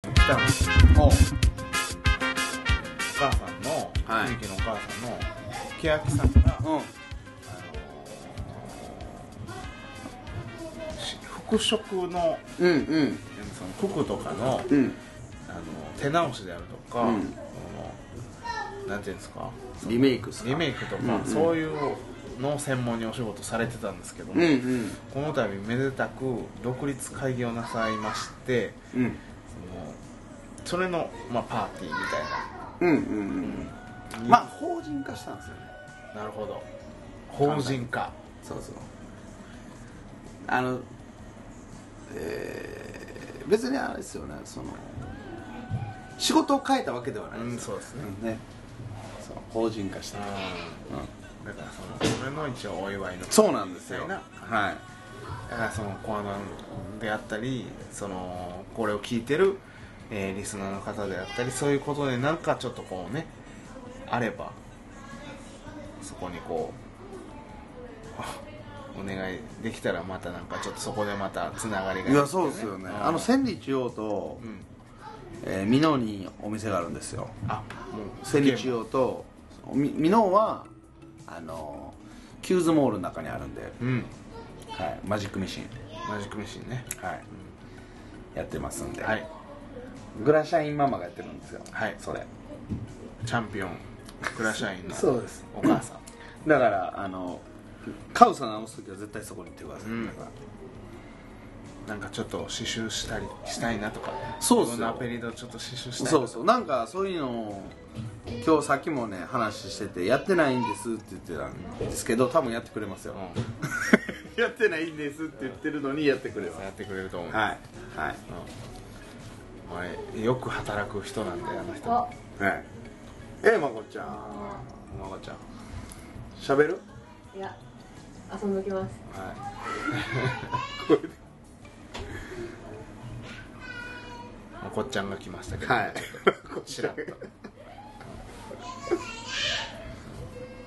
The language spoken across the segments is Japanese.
ちゃんのお母さんのはいゆきのお母さんの欅さんがうんうんし服飾のうんその服とかのうんあの手直しであるとか、うんそのなんていうんですかリメイクっすかリメイクとか、うんうんそういうのを専門にお仕事されてたんですけども、うんうんこの度めでたく独立会議をなさいましてうんそのそれの、まあ、パーティーみうんうんたいうんな、まあ法人化したんですよねなるほど法人化そうそうあのえー別にあれですよねその仕事を変えたわけではなういんですよそうですね、うんねそう法人化した、うんだからそのそれの一応お祝いのそうなんですよみたいなはいだからそのコアナであったりそのこれを聞いてる、えーリスナーの方であったりそういうことでなんかちょっとこうねあればそこにこう お願いできたらまたなんかちょっとそこでまたつながりがいやそうですよね、うんあの千里中央と、うんえー箕面にお店があるんですよあもう千里中央とみ箕面はあのキューズモールの中にあるんで、うんはい、マジックミシン、マジックミシンねはいやってますんで、はいグラシャインママがやってるんですよはいそれチャンピオンクラシャインのそうですお母さんだからあのカウサ直す時は絶対そこに行ってください、うんだからなんかちょっと刺繍したりしたいなとかそうっすよこのアペリドちょっと刺繍したいなそうそうなんかそういうのを今日さっきもね話しててやってないんですって言ってたんですけど多分やってくれますよ、う やってないんですって言ってるのにやってくれん、まやってくれると思う、はいはうん、前よく働く人なんだよあの人まいはいえまこちゃんこちゃんしゃべるいや遊んどきますはこれでいまこっちゃんが来ましたけど、 はいちょっとちらっとうん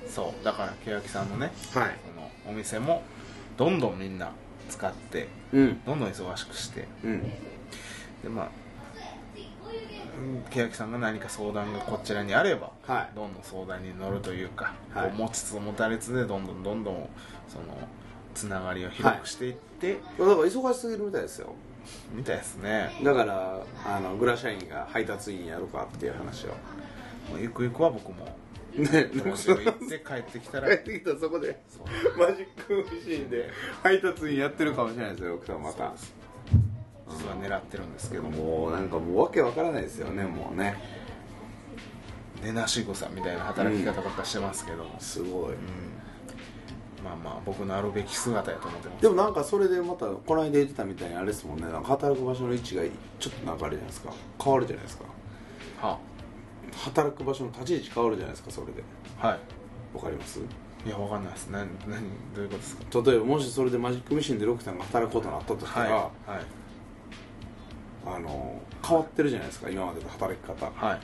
そうだから欅さんのねはいそのお店もどんどんみんな使ってうんどんどん忙しくしてうんでまあうん欅さんが何か相談がこちらにあれば、はいどんどん相談に乗るというか、はいこう持ちつ持たれつでどんどんどんどんそのつながりを広くしていって、だから忙しすぎるみたいですよみたいですねだからあのグラ社員が配達員やろうかっていう話をもうゆくゆくは僕もね東 京行って帰ってきた ら帰ってきたらそこでマジックミシンで配達員やってるかもしれないですよ奥さんまた実は狙ってるんですけどももうなんかもうわけわからないですよねもうね寝なし草みたいな働き方ばっかしてますけども、すごいまあまあ僕のあるべき姿やと思ってますでもなんかそれでまたこの間言ってたみたいにあれですもんねなんか働く場所の位置がちょっとなんかあれじゃないですか変わるじゃないですかは働く場所の立ち位置変わるじゃないですかそれであはわかりますいいやわかんないです何何どういうことですか例えばもしそれでマジックミシンでロクさんが働くことになったとしたら、はいはいあの変わってるじゃないですか今までの働き方はい。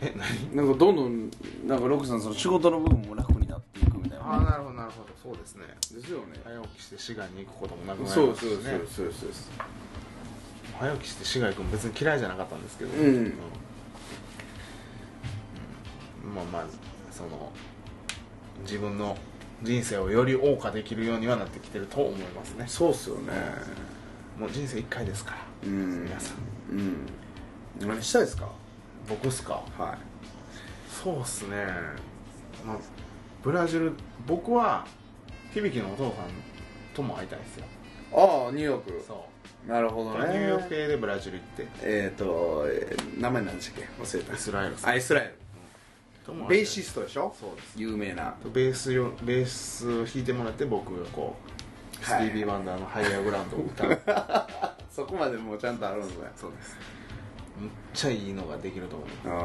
え、何なんかどんどんなんかロクさんその仕事の部分も楽になっていくみたいあな、あ、なるほど、なるほど。そうですね。ですよね早起きして滋賀に行くこともなくなりましたしそねう。そうそうそうそう早起きして滋賀行くの別に嫌いじゃなかったんですけど。うんうんまあまあ、その、自分の人生をより謳歌できるようにはなってきてると思いますね。そうっすよねもう人生一回ですから。うん皆さん。うん何したいですか僕っすかはいそうっすね、まあ、ブラジル僕は響のお父さんとも会いたいですよああニューヨークそうなるほニどュねーヨーク系でブラジル行ってえっ、ー、と、えー名前なんでしたっけ忘れイたスラエルさんあイスラエとルもベ会いたいーシストでしょそうです有名なベースよベース弾いてもらって僕がこう、はステいィービー・ワンダーの「ハイヤーグラウンド」を歌うそこまでもうちゃんとあるんですねそうですむっちゃいいのができると思いまあ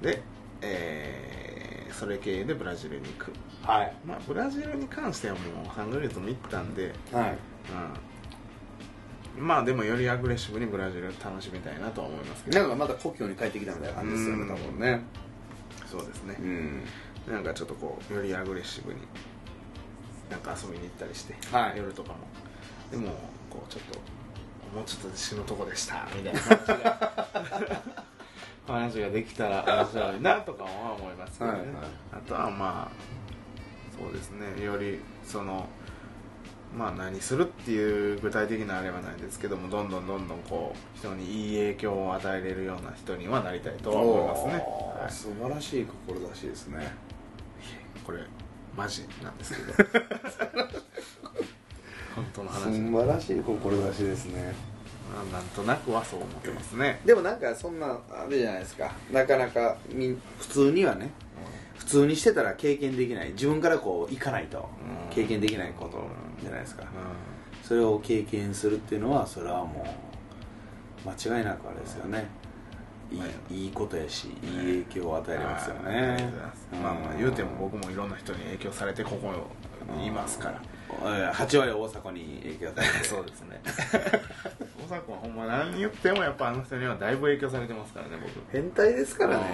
すでえー、それ系でブラジルに行くあはいまあブラジルに関してはもう3ヶ月も行ったんではいうんまあでもよりアグレッシブにブラジル楽しみたいなとは思いますけどなんかまた故郷に帰ってきたみたいな感じですよねうん多分ねそうですねんなんかちょっとこうよりアグレッシブになんか遊びに行ったりして、はい夜とかもでもこうちょっともうちょっとで死ぬとこでしたみたいな話が 話ができたら面白いなとかは思いますけどね、はいはいあとはまあそうですねよりそのまあ何するっていう具体的なあれはないですけどもどんどんどんどんこう人にいい影響を与えれるような人にはなりたいとは思いますね、おーはい素晴らしい志ですねこれマジなんですけど 本当の話素晴らしい志ですねまあなんとなくはそう思ってますねでもなんかそんなあれじゃないですかなかなかみ普通にはね普通にしてたら経験できない自分からこう行かないとうん経験できないことじゃないですかうそれを経験するっていうのはそれはもう間違いなくあれですよねいい,、、はいいことやしいい影響を与えれますよねありがとうございますまあまあ言うても僕僕もいろんな人に影響されてここにいますから8割は大阪に影響を与えそうです ね大阪はほんま何言ってもやっぱあの人にはだいぶ影響されてますからね僕変態ですからね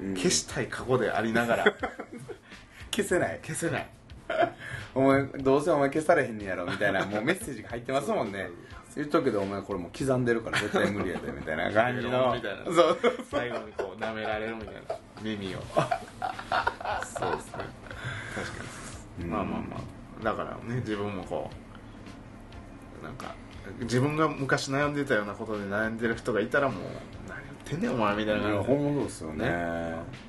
うん消したい過去でありながら消せない 消せないお前どうせお前消されへんねやろみたいなもうメッセージが入ってますもんね言っとくけどお前これもう刻んでるから絶対無理やでみたいな感じのみたいなそう最後にこう舐められるみたいな耳をそうですね確かにうんまあまあまあだからね自分もこうなんか自分が昔悩んでたようなことで悩んでる人がいたらもう何やってんねんお前みたいいやな本物ですよねね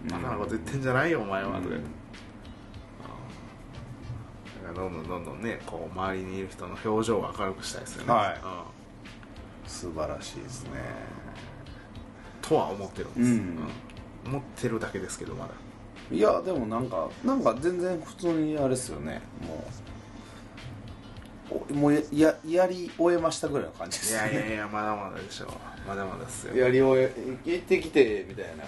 バカなこと言ってんじゃないよお前はとか言って、だからどんどんどんどんねこう周りにいる人の表情を明るくしたいですよね、はいうん素晴らしいですねとは思ってるんです、ううんん思ってるだけですけどまだいやでもなんかなんか全然普通にあれですよねもうおもうやややり終えましたぐらいの感じでいすやねいやいやまだまだでしょまだまだっすよ やり終え行ってきてみたいな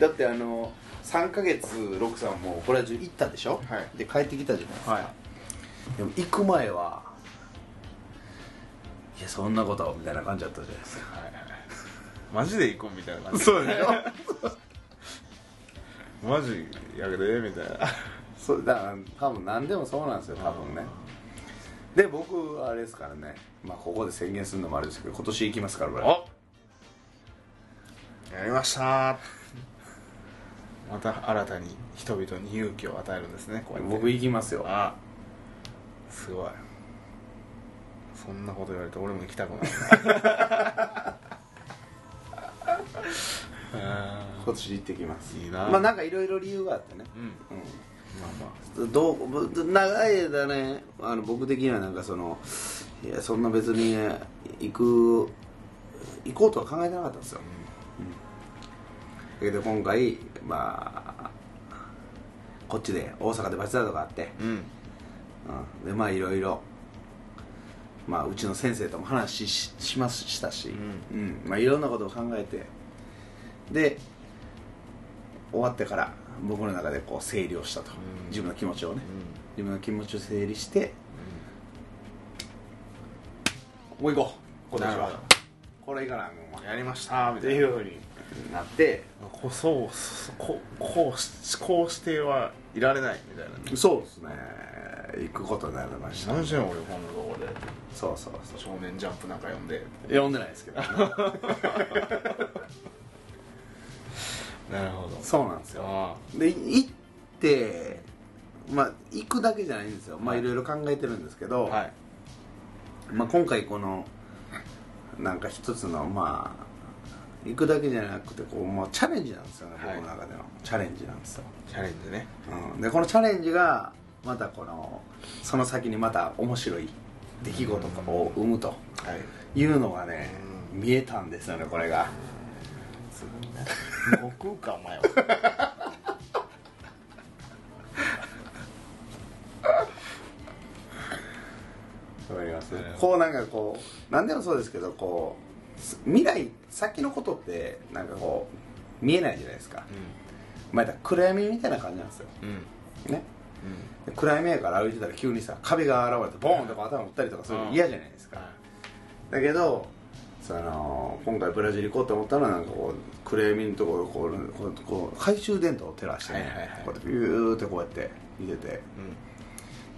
だってあの3ヶ月六さんもこれは行ったでしょ、はいで帰ってきたじゃないですか、はいでも行く前はいやそんなことみたいな感じだったじゃないですかマジで行こうみたいな感じそうだよ マジやけでみたいなそうだから多分何でもそうなんですよ多分ねで僕あれですからねまあここで宣言するのもあれですけど今年行きますからこれやりましたまた新たに人々に勇気を与えるんですねこうやって僕行きますよあすごいそんなこと言われて俺も行きたくないあ今年行ってきますいいなまあなんかいろいろ理由があってねーうんうんまあまどうぶ長い間ねあの僕的にはなんかそのいやそんな別に行く行こうとは考えてなかったんですよ、うんだけど今回まあこっちで大阪でバチェラーとかあって、あうんうん、でまあいろいろまあうちの先生とも話しししましたし、うんまあいろんなことを考えてで終わってから僕の中でこう整理をしたと、うん自分の気持ちをね、う自分の気持ちを整理してもう行こう今な年るほどはこれ行かなあかんわんやりましたみってたいいなうふうになってこそうそここうしこうしてはいられないみたいなねそうですね行くことになりました何してんの俺こんなとこでそうそうそう少年ジャンプなんか読んで読んでないですけどなるほど そうなんですよあで行ってまあ行くだけじゃないんですよまあはいいろいろ考えてるんですけど、あはいまあ、今回このなんか一つのまあ行くだけじゃなくてこう、まあ、チャレンジなんですよね、はい僕の中でのチャレンジなんですよ、チャレンジねうん、でこのチャレンジがまたこのその先にまた面白い出来事とかを生むとはいいうのがね、見えたんですよねこれが、悟空かお前はわかりますねこうなんかこう何でもそうですけどこうす未来先のことってなんかこう見えないじゃないですか、まあ言ったら暗闇みたいな感じなんですようんうんねで暗闇やから歩いてたら急にさ壁が現れてボーンとか頭打ったりとかそういうの嫌じゃないですか、だけどその今回ブラジル行こうと思ったらなんかこう暗闇のところをこうこうこう懐中電灯を照らしてね、はいはいはいこうやってビューってこうやって見ててう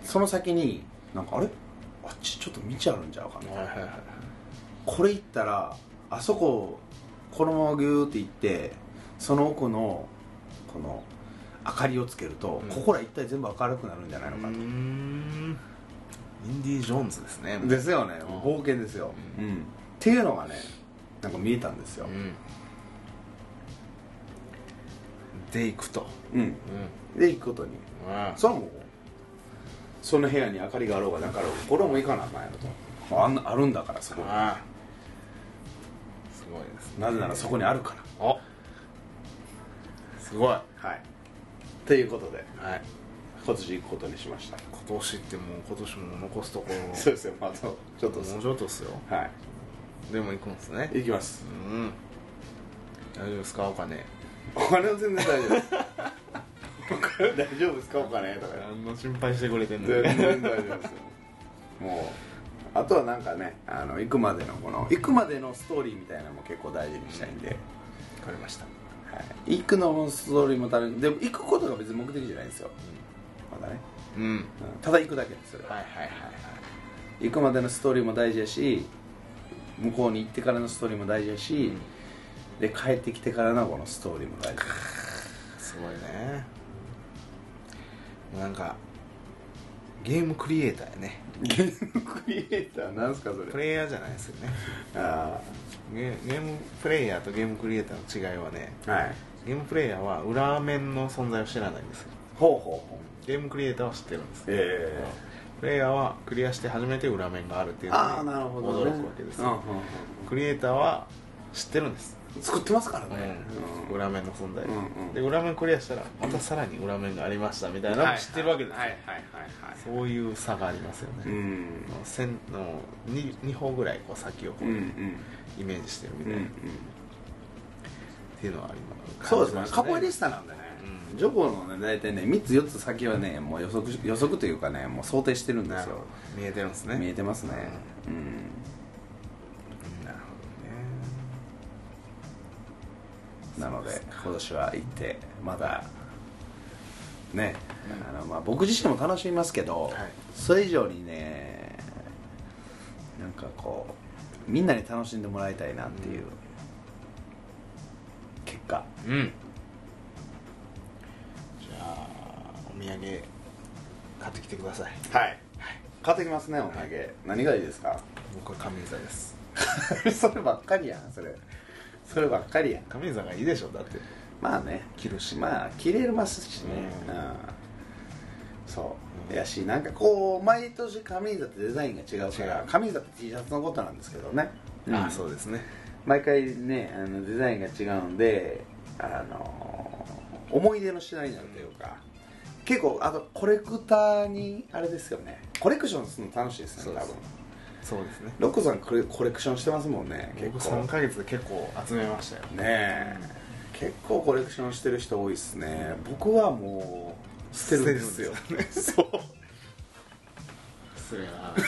んその先になんかあれあっちちょっと道あるんちゃうかなはいはいはいこれ行ったらあそここのままギューって行ってその奥のこの明かりをつけると、うんここら一体全部明るくなるんじゃないのうーかと、んインディ・ージョーンズですね、ですすよねうん冒険ですよ、うんっていうのがねなんか見えたんですようん、で行くとうんうで行くことにんあそれはもうその部屋に明かりがあろうがなかろうがこれも行かなあかんやろとあんなあるんだからそこにあすごいですねなぜならそこにあるかおすごいはらはいということでい今年行くことにしました今年ってもう今年も残すところそうですよまあそうちょっともうちょっとっすよはいでも行くんですね行きますうん大丈夫ですかお金お金は全然大丈夫ですこれ 大丈夫ですかお金とか何の心配してくれてん全 然大丈夫ですよもうあとはなんかねあの行くまでのこの行くまでのストーリーみたいなのも結構大事にしたいんで、分かりましたはい、行くのもストーリーも大事でも行くことが別に目的じゃないんですよ、まだね、うんうんただ行くだけですよ、はいはいはいはい行くまでのストーリーも大事やし向こうに行ってからのストーリーも大事やし、で帰ってきてからのこのストーリーも大事すごいねなんかゲームクリエイターやねゲームクリエイターなんすかそプれレイヤーじゃないですよねあゲゲームプレイヤーとゲームクリエイターの違いはねあはいゲームプレイヤーは裏面の存在を知らないんですよほうほうほうゲームクリエイターは知ってるんですえプレイヤーはクリアして初めて裏面があるってえいうあのあになるほど、ね、驚くわけですうんうんよクリエイターは知ってるんです、うん作ってますからね、うん裏面の存在、うんうんで裏面クリアしたらまたさらに裏面がありましたみたいなのも知ってるわけですよ、はいはいはいはいはいそういう差がありますよね、うん線の 2, 二歩ぐらいこう先をこううんうんイメージしてるみうんたいな、っうんていうのはありますそうですねカポエリすスタなんでね、ジョコのね大体ね3つ4つ先はねもう予測し予測というかねもう想定してるんでなするよほど見えてるんですね見えてますねうんなるほなので今年は行ってまだね、あのまあ僕自身も楽しみますけど、はいそれ以上にねなんかこうみんなに楽しんでもらいたいなっていうう、ん結果どねうんじゃあお土産買ってきてくださいはい買ってきますねお土産何がいいですか 僕は神座ですそればっかりやんそれそればっかりやん神座がいいでしょだってまあね着るしまあ切れますしね、ううんんそううんやしなんかこう毎年神座ってデザインが違うか違らう神座って T シャツのことなんですけどね、あうんそうですね毎回ねあのデザインが違うんであの思い出の品になるというか結構あとコレクターにあれですよねコレクションするの楽しいですそうねで多す分そうですねロッコさんコレコレクションしてますもんね結僕構3ヶ月で結構集めましたよねえ結構コレクションしてる人多いですね僕はもう捨てるんですよ捨そう失礼な話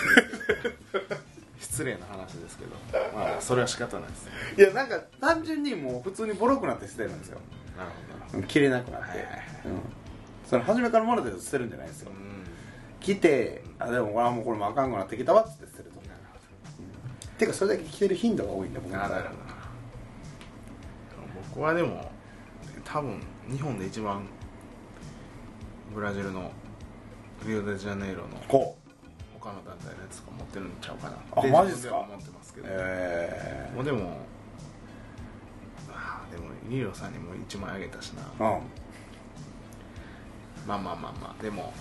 失礼な話ですけどまあそれは仕方ないですいやなんか単純にもう普通にボロくなって捨てるんですよなるほどなるほ切れなくなって、はいはいはいうん、それ初めからもらって捨てるんじゃないですどようん来てあでもこれはもうこれもあかんくなってきたわっつって捨てるとなるほどてかそれだけ着てる頻度が多いんだ僕のな中るでほど僕はでも多分日本で一番ブラジルのリオデジャネイロのこう他の団体のやつとか持ってるんちゃうかなあってマジっす自か分は思ってますけど、えもうでもああでもリロさんにも1枚あげたしなえうんまあまあまあまあでも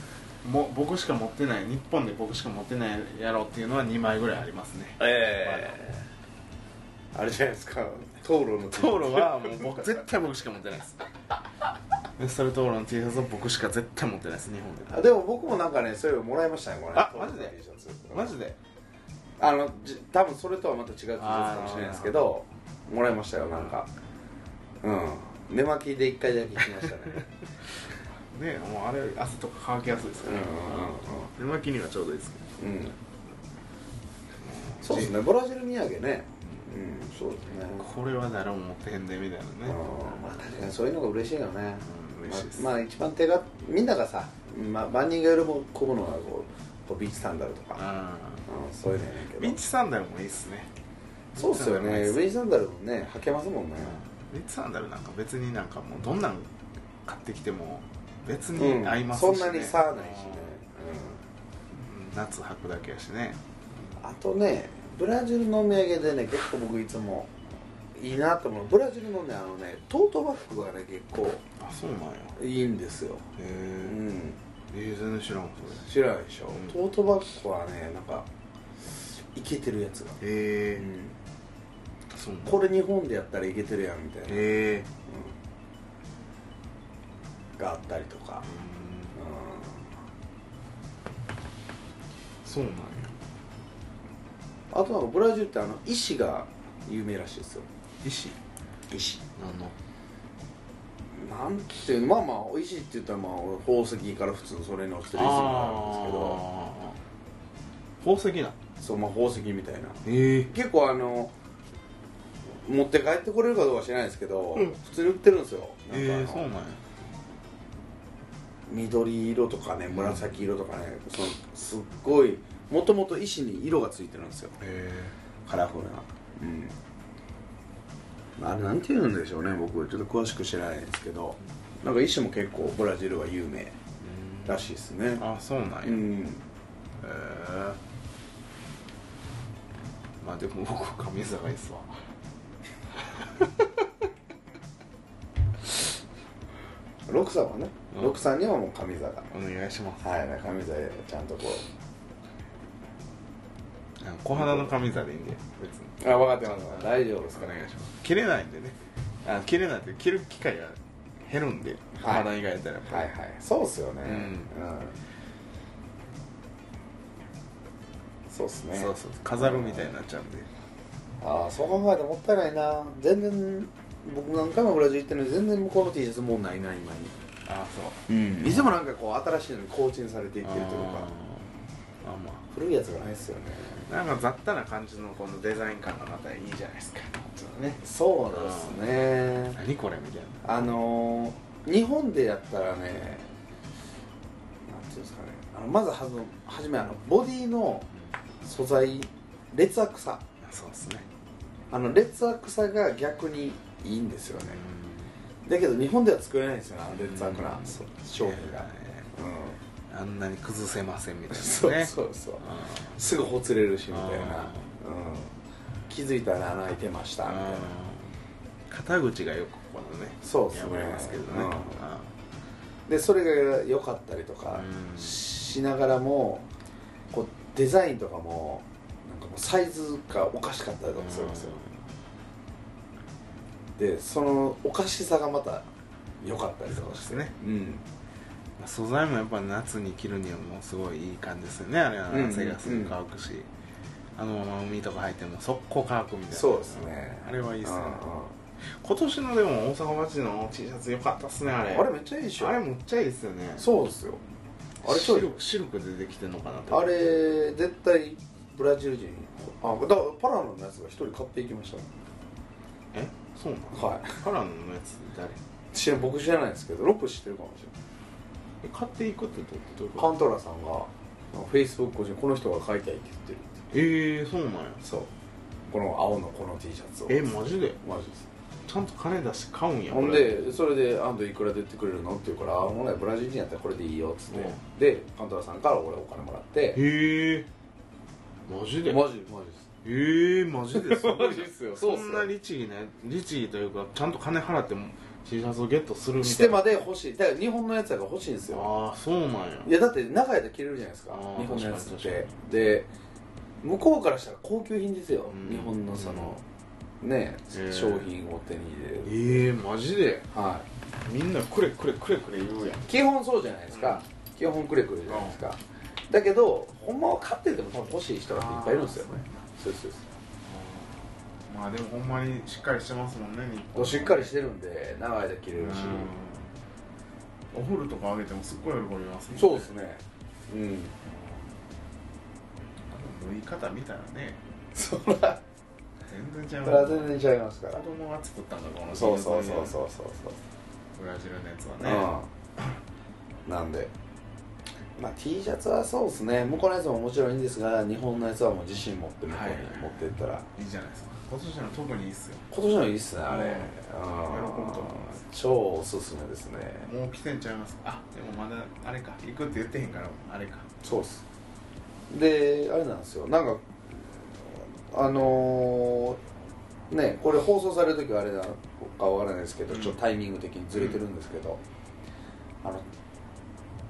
もう僕しか持ってない日本で僕しか持ってないやろうっていうのは2枚ぐらいありますねええあれじゃないですか討 論のトーロはもう僕絶対僕しか持ってないですベストルトーロの T シャツは僕しか絶対持ってないです日本であでも僕もなんかねそういうのもらいましたねこれあマジで T シャツマジであのじ多分それとはまた違う T シャツかもしれないですけどもらいましたよなんかうん寝巻きで一回だけ着ま したねねもうあれ汗とか乾きやすいですから、ね手巻きにはちょうどいいですけどうんうんうんうんそうですねブラジル土産ねうんそうですねこれは誰も持ってへんでみたいなねうんまあ確かにそういうのが嬉しいよねうん嬉しいですままあ一番手がみんながさまあ万人が喜ぶものはこうこうビーチサンダルとかあそういうのやねんけどビーチサンダルもいいっすねそうっすよねビベジサンダルもね履けますもんねビーチサンダルなんか別になんかもうどんなん買ってきても別うんに合いますし、そねんなに差はないしねうん夏履くだけやしねうんあとねブラジルのお土産でね結構僕いつもいいなと思うブラジルのねあのねトートバッグがね結構あそうなんやいいんですよへうえんえー、全然知らんそれ知らないでしょ、うんトートバッグはねなんかいけてるやつが、えうーん、そうなんこれ日本でやったらいけてるやんみたいな、えうんがあったりとかー、うんうそうなんやん、あとなんかブラジルってあの石が有名らしいですよ石石何のなんていうのまあまあ石って言ったらまあ俺宝石から普通のそれに落ちてる石があるんですけど宝石だそうまあ宝石みたいなええ結構あの持って帰ってこれるかどうかは知らないですけど、うん普通に売ってるんですよなんかあのえー、そうなんや緑色とかねん紫色とかね、そのすっごいもともと石に色がついてるんですよえカラフルなうんあれなんていうんでしょうね僕ちょっと詳しく知らないですけどなんか石も結構ブラジルは有名らしいですねあそうなんや、へうんえまあでも僕は神坂ですわ六さんはねうん六さんにはもう神座がお願いしますはい神座でちゃんとこあ小肌の神座でいいんで別にうあ分かってます大丈夫ですおか願いねします切れないんでねあ切れないって切る機会が減るんで小はい肌以外やったらやっぱはいはいそうっすよねうんうんそうっすり、ねそうそう飾るみたいになっちゃうんでああそう考えたらもったいないな全然僕何回もブラジル行ってるのに全然向こうの T シャツもうないな今あそうに、いつもなんかこう新しいのに更新されていってるというかあーあまあ古いやつがないっすよねなんか雑多な感じのこのデザイン感がまたいいじゃないですかちょっとねそうですね何これみたいなあのー、日本でやったらねなんていうんですかねあのまずはずはじめあのボディの素材劣悪さそうですねあの劣悪さが逆にいいんですよねだけど日本では作れないんですよねあの劣悪なうんそう商品が、うんあんなに崩せませんみたいなねそうそうそううすぐほつれるしみたいな、うんあ、気づいたら穴開いてましたんみたいな肩口がよくこのねそうっすね破れますけどねうんあでそれが良かったりとかうんしながらもこうデザインとかもなんかもうサイズがおかしかったりとかするんですよでそのおかしさがまた良かったりとそうかでしすてねうん素材もやっぱ夏に着るにはもうすごいいい感じですよねあれはうん汗がすぐ乾くし、あのまま海とか入っても速攻乾くみたいなそうですねあれはいいっすねうんうん今年のでも大阪町の T シャツ良かったっすねあれあれめっちゃいいでしょあれむっちゃいいですよねそうですよあれシ超いいルクシルクでできてんのかなとあれ絶対ブラジル人あだからパラノのやつが一人買っていきましたねえそうなのはい カラーのやつ誰知らん僕知らないですけどロック知ってるかもしれないえ買っていくってどどういうカこントラさんがフェイスブックにこの人が買いたいって言ってるってとええー、そうなんやそうこの青のこの T シャツをえマジでマジですちゃんと金出して買うんやほんこれでそれで「アンドいくらで売ってくれるの?」って言うから「あほんならブラジル人やったらこれでいいよ」っつって、うんでカントラさんから俺お金もらってへえマジでマジマジですええー、マジですごいマジっすよそそうっすよんな律儀ね律儀というかちゃんと金払っても T シャツをゲットするみたいなしてまで欲しいだから日本のやつが欲しいんですよああそうなんやいやだって中やで着れるじゃないですかあー日本のやつっ確かにてで向こうからしたら高級品ですよ、うん日本のその、ねえー商品を手に入れる、ええー、マジではみんなくれくれくれくれ言うやんい、基本そうじゃないですか、基本くれくれじゃないですか、だけどほんまは買ってても多分欲しい人がいっぱいいるんですよねそうですそうですまあでもほんまにしっかりしてますもんね日こうしっかりしてるんで長い間着れるし、お風呂とかあげてもすっごい喜びますもんそうですねうん縫い方見たらねそら全然違そうら全然ちゃいますから子供が作ったんだこのそうそうそうそううそうそうブラジルのやつはねうん、なんでまあ、T シャツはそうですね向こうのやつももちろんいいんですが日本のやつはもう自身持って向こうに持っていったら、いいじゃないですか今年の特にいいっすよ今年のいいっすねあれ、ねうん喜ぶと思います超おすすめですねもう来てんちゃいますあでもまだあれか行くって言ってへんからあれかそうっすであれなんですよなんかあのーねこれ放送される時はあれなのかわからないですけど、うんちょっとタイミング的にずれてるんですけど、あの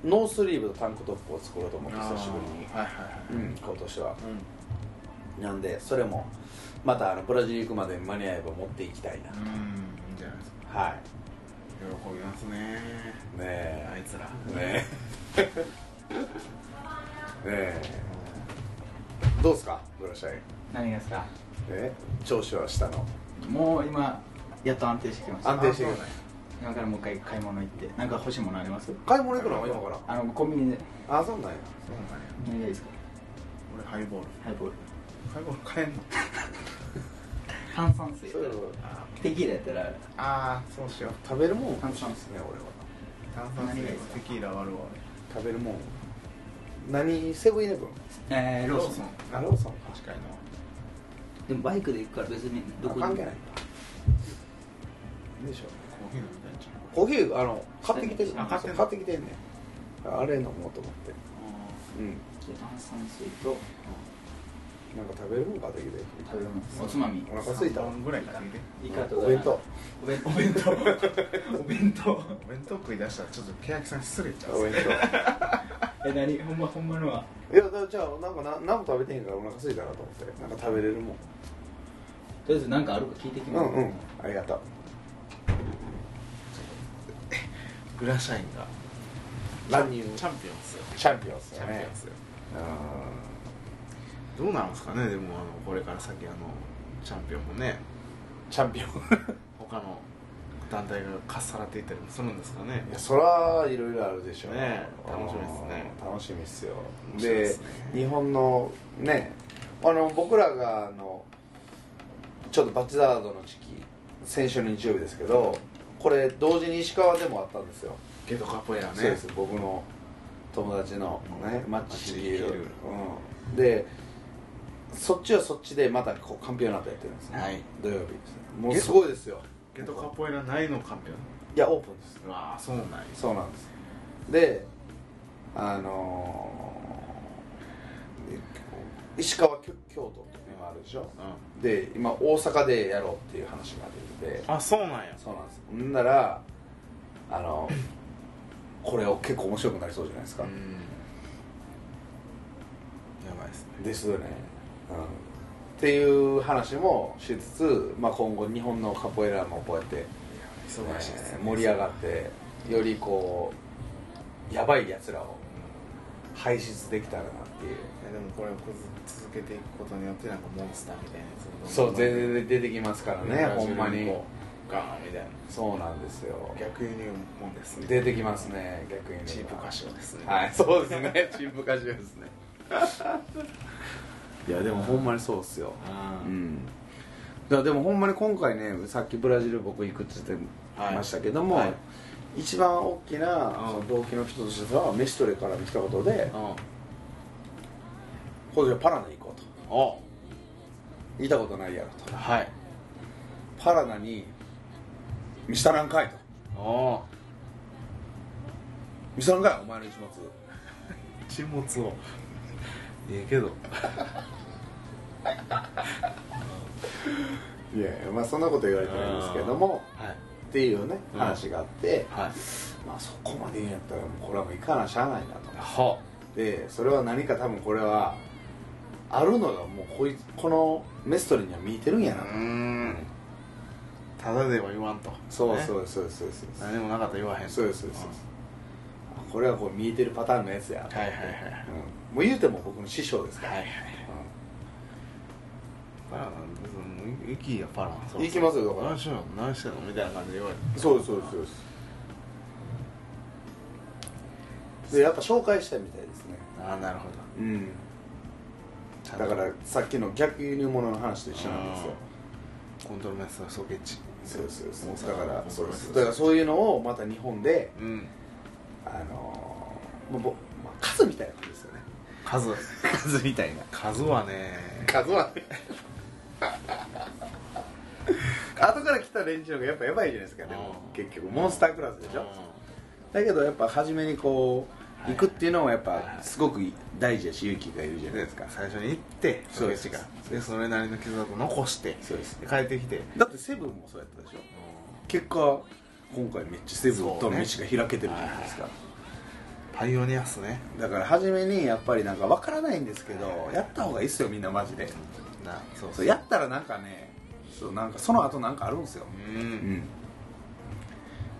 ノースリーブとタンクトップを作ろうと思って久しぶあーはいはいはいりに、うん、今年はうんなんでそれもまたあのブラジル行くまでに間に合えば持っていきたいな、うんいいんじゃないですかはい喜びますねねえ、あいつらね えねえどうですかブラシャイ何がですかえ調子は下のもう今やっと安定してきました安定してください今からもう一回買い物行ってなんか欲しいものあります買い物行くの今かあのコンビニでらあそうなんやそうなんや何がいいですか俺ハイボールハイボールハイボール買えんの炭酸水そういうのあテキーラやったらあーそうしよう食べるもん炭酸水ね俺は炭酸水テキーラ割るわ食べるもん何セブンイレブンえー、ローソンあローソン俺近いのでもバイクで行くから別にどこにあも関係ないんだでしょコーヒー飲みたいんちゃうコーヒーあの買ってきてるあ買ってんの買ってきてんねんあれ飲もうと思ってうん炭酸水となんか食べるもん買ってきて食べ物おつまみお腹すいた3本ぐらい食いてイカとかお弁当お弁お 弁当お弁当お弁当食い出したらちょっと欅さん失礼ちゃおう弁当え何ほんまほんまのは いやだからじゃあなんかな何も食べてへんからお腹空いたなと思ってなんか食べれるもんとりあえず何かあるか聞いてきうますんうんありがとうグラシャインが乱入チャンピオンっすよチャンピオンっすチよャンピねオンっすようんどうなんですかねでもあのこれから先あのチャンピオンもねチャンピオン 他の団体がかっさらっていったりもするんですかねいやそらいろいろあるでしょうねえ楽しみっすねうん楽しみっすよ面白いっですね日本のねあの僕らがあのちょっとバチザードの時期先週の日曜日ですけどこれ同時に石川でもあったんですよゲドカポエラねそうです僕の友達のね、うんマッチシギマッチシギルル、うん、でそっちはそっちでまたこうカンピオナートやってるんですね、はい土曜日ですねもうすごいですよゲドカポエラないのチャンピいやオープンですオンうわあそうなんやそうなんですであのーえ石川京京都っていうのがあるでしょうで今大阪でやろうっていう話が出ててんあそうなんやそうなんですほんならあのこれ結構面白くなりそうじゃないですか、うんやばいっすねですよね、うん、っていう話もしつつ、まあ、今後日本のカポエラもこうやって、忙しいっすねえー盛り上がってよりこうやばいやつらを排出できたらなっていういやでもこれを続けていくことによってなんかモンスターみたいなやつがそどうんどん全然出てきますからねほんまにこうガーンみたいそうなんですよな逆輸入もんですね出てきますね逆にチープ歌手ですねはいそうですねチープ歌手ですね いやでもほんまにそうっすよあうーん、だからでもほんまに今回ねさっきブラジル僕行くって言ってましたけども、はいはい一番大きなうそんの動機の人としてはメシトレからの一言でうん「今年はパラナに行こう」とお「見たことないやろ」とはい「パラナに見したらんかい」とお「見したらんかいお前の一物」沈没をええけどいやいやまあそんなこと言われてないんですけどもはいっていうねうん話があって、はいまあそこまで言うんやったらもうこれはもう行かなしゃあないなとはでそれは何か多分これはあるのがもうこいつこのメストレには見えてるんやなうーんただでは言わんとそうねそうですそうですそうです何でもなかったら言わへんとそうですそうですこれはこう見えてるパターンのやつや、うんはいはいはいはいはいうん、もう言うても僕の師匠ですから、はいパラなんですもう行きやパラうん、行きますよよだから何してんの何してんのみたいな感じで言われてそうですそうですそうですでやっぱ紹介したいみたいですねああなるほどうんちゃんとだからさっきの逆輸入物の話と一緒なんですよコントロメスのソケチそうですそうです大だ阪からもそうですそうですだからそういうのをまた日本でうんあのーまあぼまあ数みたいなもんですよね数数みたいな数はね数は後から来た連中の方がやっぱやばいじゃないですかでもうん結局モンスタークラスでしうょんだけどやっぱ初めにこうはい行くっていうのはやっぱすごく大事だし勇気がいるじゃないですか最初に行ってそうですがでそれなりの傷跡残してそうですで帰ってきてだってセブンもそうやったでしょ結果今回めっちゃセブンとの飯が開けてるじゃないですか、パイオニアっすねだから初めにやっぱりなんか分からないんですけどやった方がいいっすよみんなマジでなそうそうやったらなんかねそうなんかその後なんかあるんですよううんん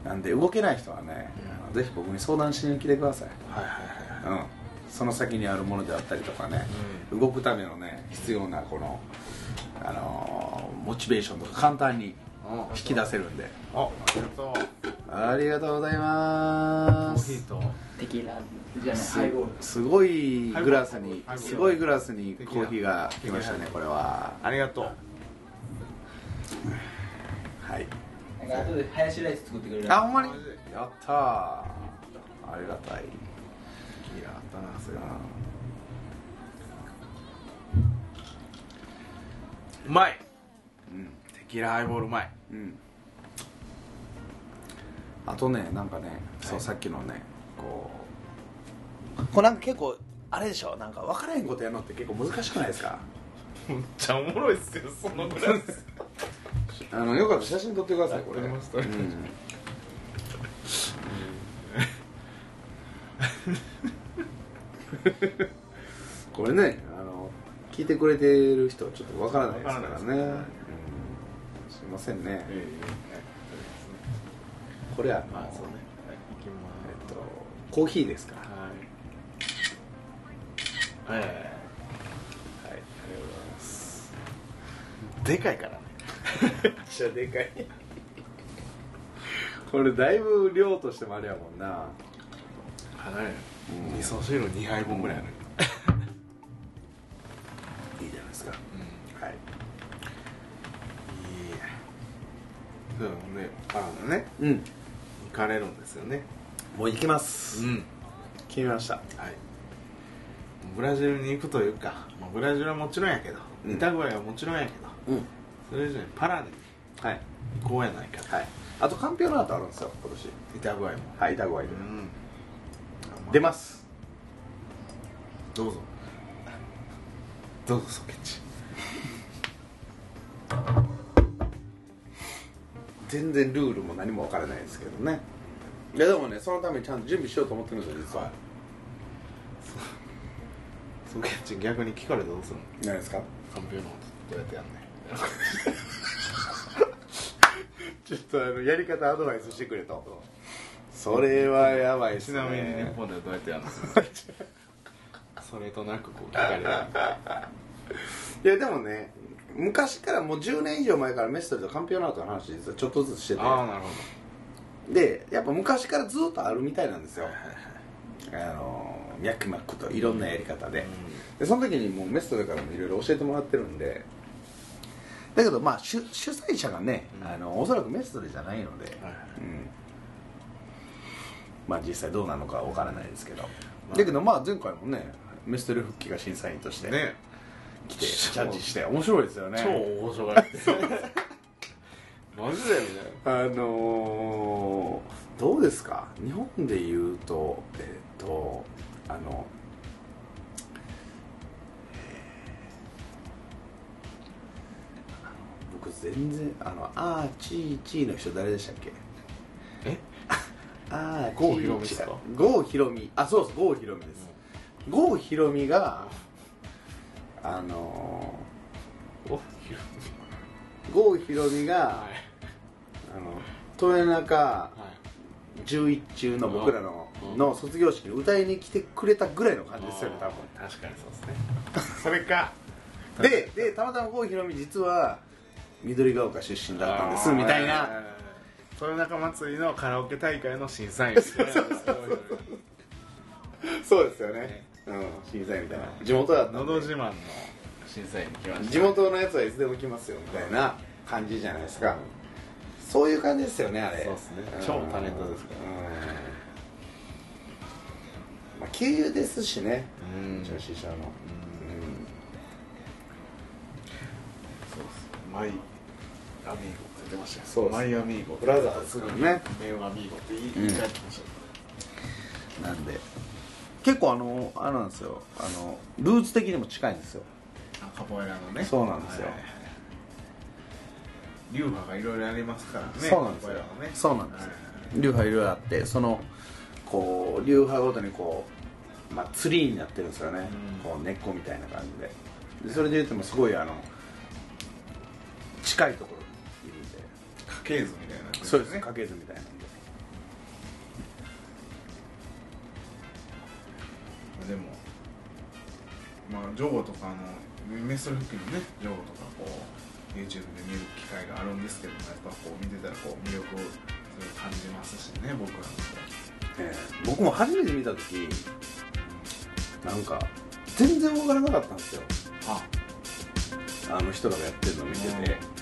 なんで動けない人はね、うんぜひ僕に相談しに来てくださいはいはいはいはいうんその先にあるものであったりとかね、動くためのね必要なこのあのーモチベーションとか簡単にうん引き出せるんであありがとうありがとうございコーまヒすーとテキーラじゃないすハイボールすごいグラスにハイボールすごいグラスにコーヒーが来ましたねこれはありがとうはいなんか後でハヤシライス作ってくれるあほんまにマジでやったーありがたいいやあったなそれはううまいんテキーラハイボールうまいうんあとねなんかねそうさっきのねこうこれなんか結構あれでしょなんか分からへんことやるのって結構難しくないですかむっちゃおもろいっすよそのぐ らいっすあのよかったら写真撮ってくださいこれ撮ります撮りますうんこれねあの聞いてくれてる人はちょっとわからないですからわねからないですねうんすいませんねえこれあのえまあそうねいきえまっとコーヒーですからすはいえはいありがとうございますえでかいからね めっちゃでかいこれだいぶ量としてもあれやもんなかなりうん味噌汁2杯分ぐらいある いいじゃないですかうんはいいいやそうねあのねうん行かれるんですよねもう行きます、ん決めましたはいブラジルに行くというか、まあ、ブラジルはもちろんやけど、うんイタグアイはもちろんやけどうんそれ以上にパラにはい行こうやないかとはいあとカンピオナートあるんですよ今年イタグアイもはい板具う合で、ん出ますどうぞどうぞソケッチ全然ルールも何もわからないですけどねいやでもねそのためにちゃんと準備しようと思ってるんですよ実はソケッチ逆に聞かれたらどうするの何ですかカンピオナートどうやってやんねちょっとあのやり方アドバイスしてくれとそれはやばいんですちねなみに日本ではどうやってやんの それとなくこう聞かれたいやでもね昔からもう10年以上前からメストリとカンピオナートの話実はちょっとずつしててああなるほどでやっぱ昔からずっとあるみたいなんですよはいはいあのミャックマックといろんなやり方で、うでその時にもうメストだからもいろいろ教えてもらってるんでだけどまあ主主催者がね、うんあのおそらくメストレじゃないので、はいはいうんまあ実際どうなのかは分からないですけど、あだけどまあ前回もねメストレ復帰が審査員としてね来て、そうジャッジして面白いですよね超大御所 がいてマジだよねあのーどうですか日本で言うとえっ、とあのえー僕全然あのあーちーちーの人誰でしたっけえあー郷ひろみですか郷ひろみあそうです郷ひろみです郷ひろみがあのおっー郷ひろみはがいあの豊中はい11中の僕らの,、うんの卒業式に歌いに来てくれたぐらいの感じですよね多分確かにそうですね それかででたまたま郷ひろみ実は緑ヶ丘出身だったんですみたいな豊中祭りのカラオケ大会の審査員み たいなそうですよね、うん、審査員みたいな地元だったのんどで自慢の審査員に来ました地元のやつはいつでも来ますよみたいな感じじゃないですか、そういう感じですよねあれそうっすねん超タレントですかうんまあ、経由ですしね、うん女子社の、うんそうですマイアミーゴって出ましたよそうですマイアミーゴブラザーズすぐねねメンアミーゴって言いうん言い換えてましたよなんで結構あのあれなんですよあのルーツ的にも近いんですよあカポエラのねそうなんですよはいはいはい流派がいろいろありますからねそうなんですよカポエラはねそうなんですよはいはい流派いろいろあってそのこう流派ごとにこう、まあ、ツリーになってるんですよね、うんこう根っこみたいな感じででそれで言ってもすごいあの近いところにいるんで家系図みたいな感じそうですね家系図みたいなんででもまあジョゴとかあのメスルフッキのねジョゴとかこう YouTube で見る機会があるんですけどもやっぱこう見てたらこう魅力をすごい感じますしね僕らのええ僕も初めて見た時なんか全然わからなかったんですよああの人らがやってるの見てて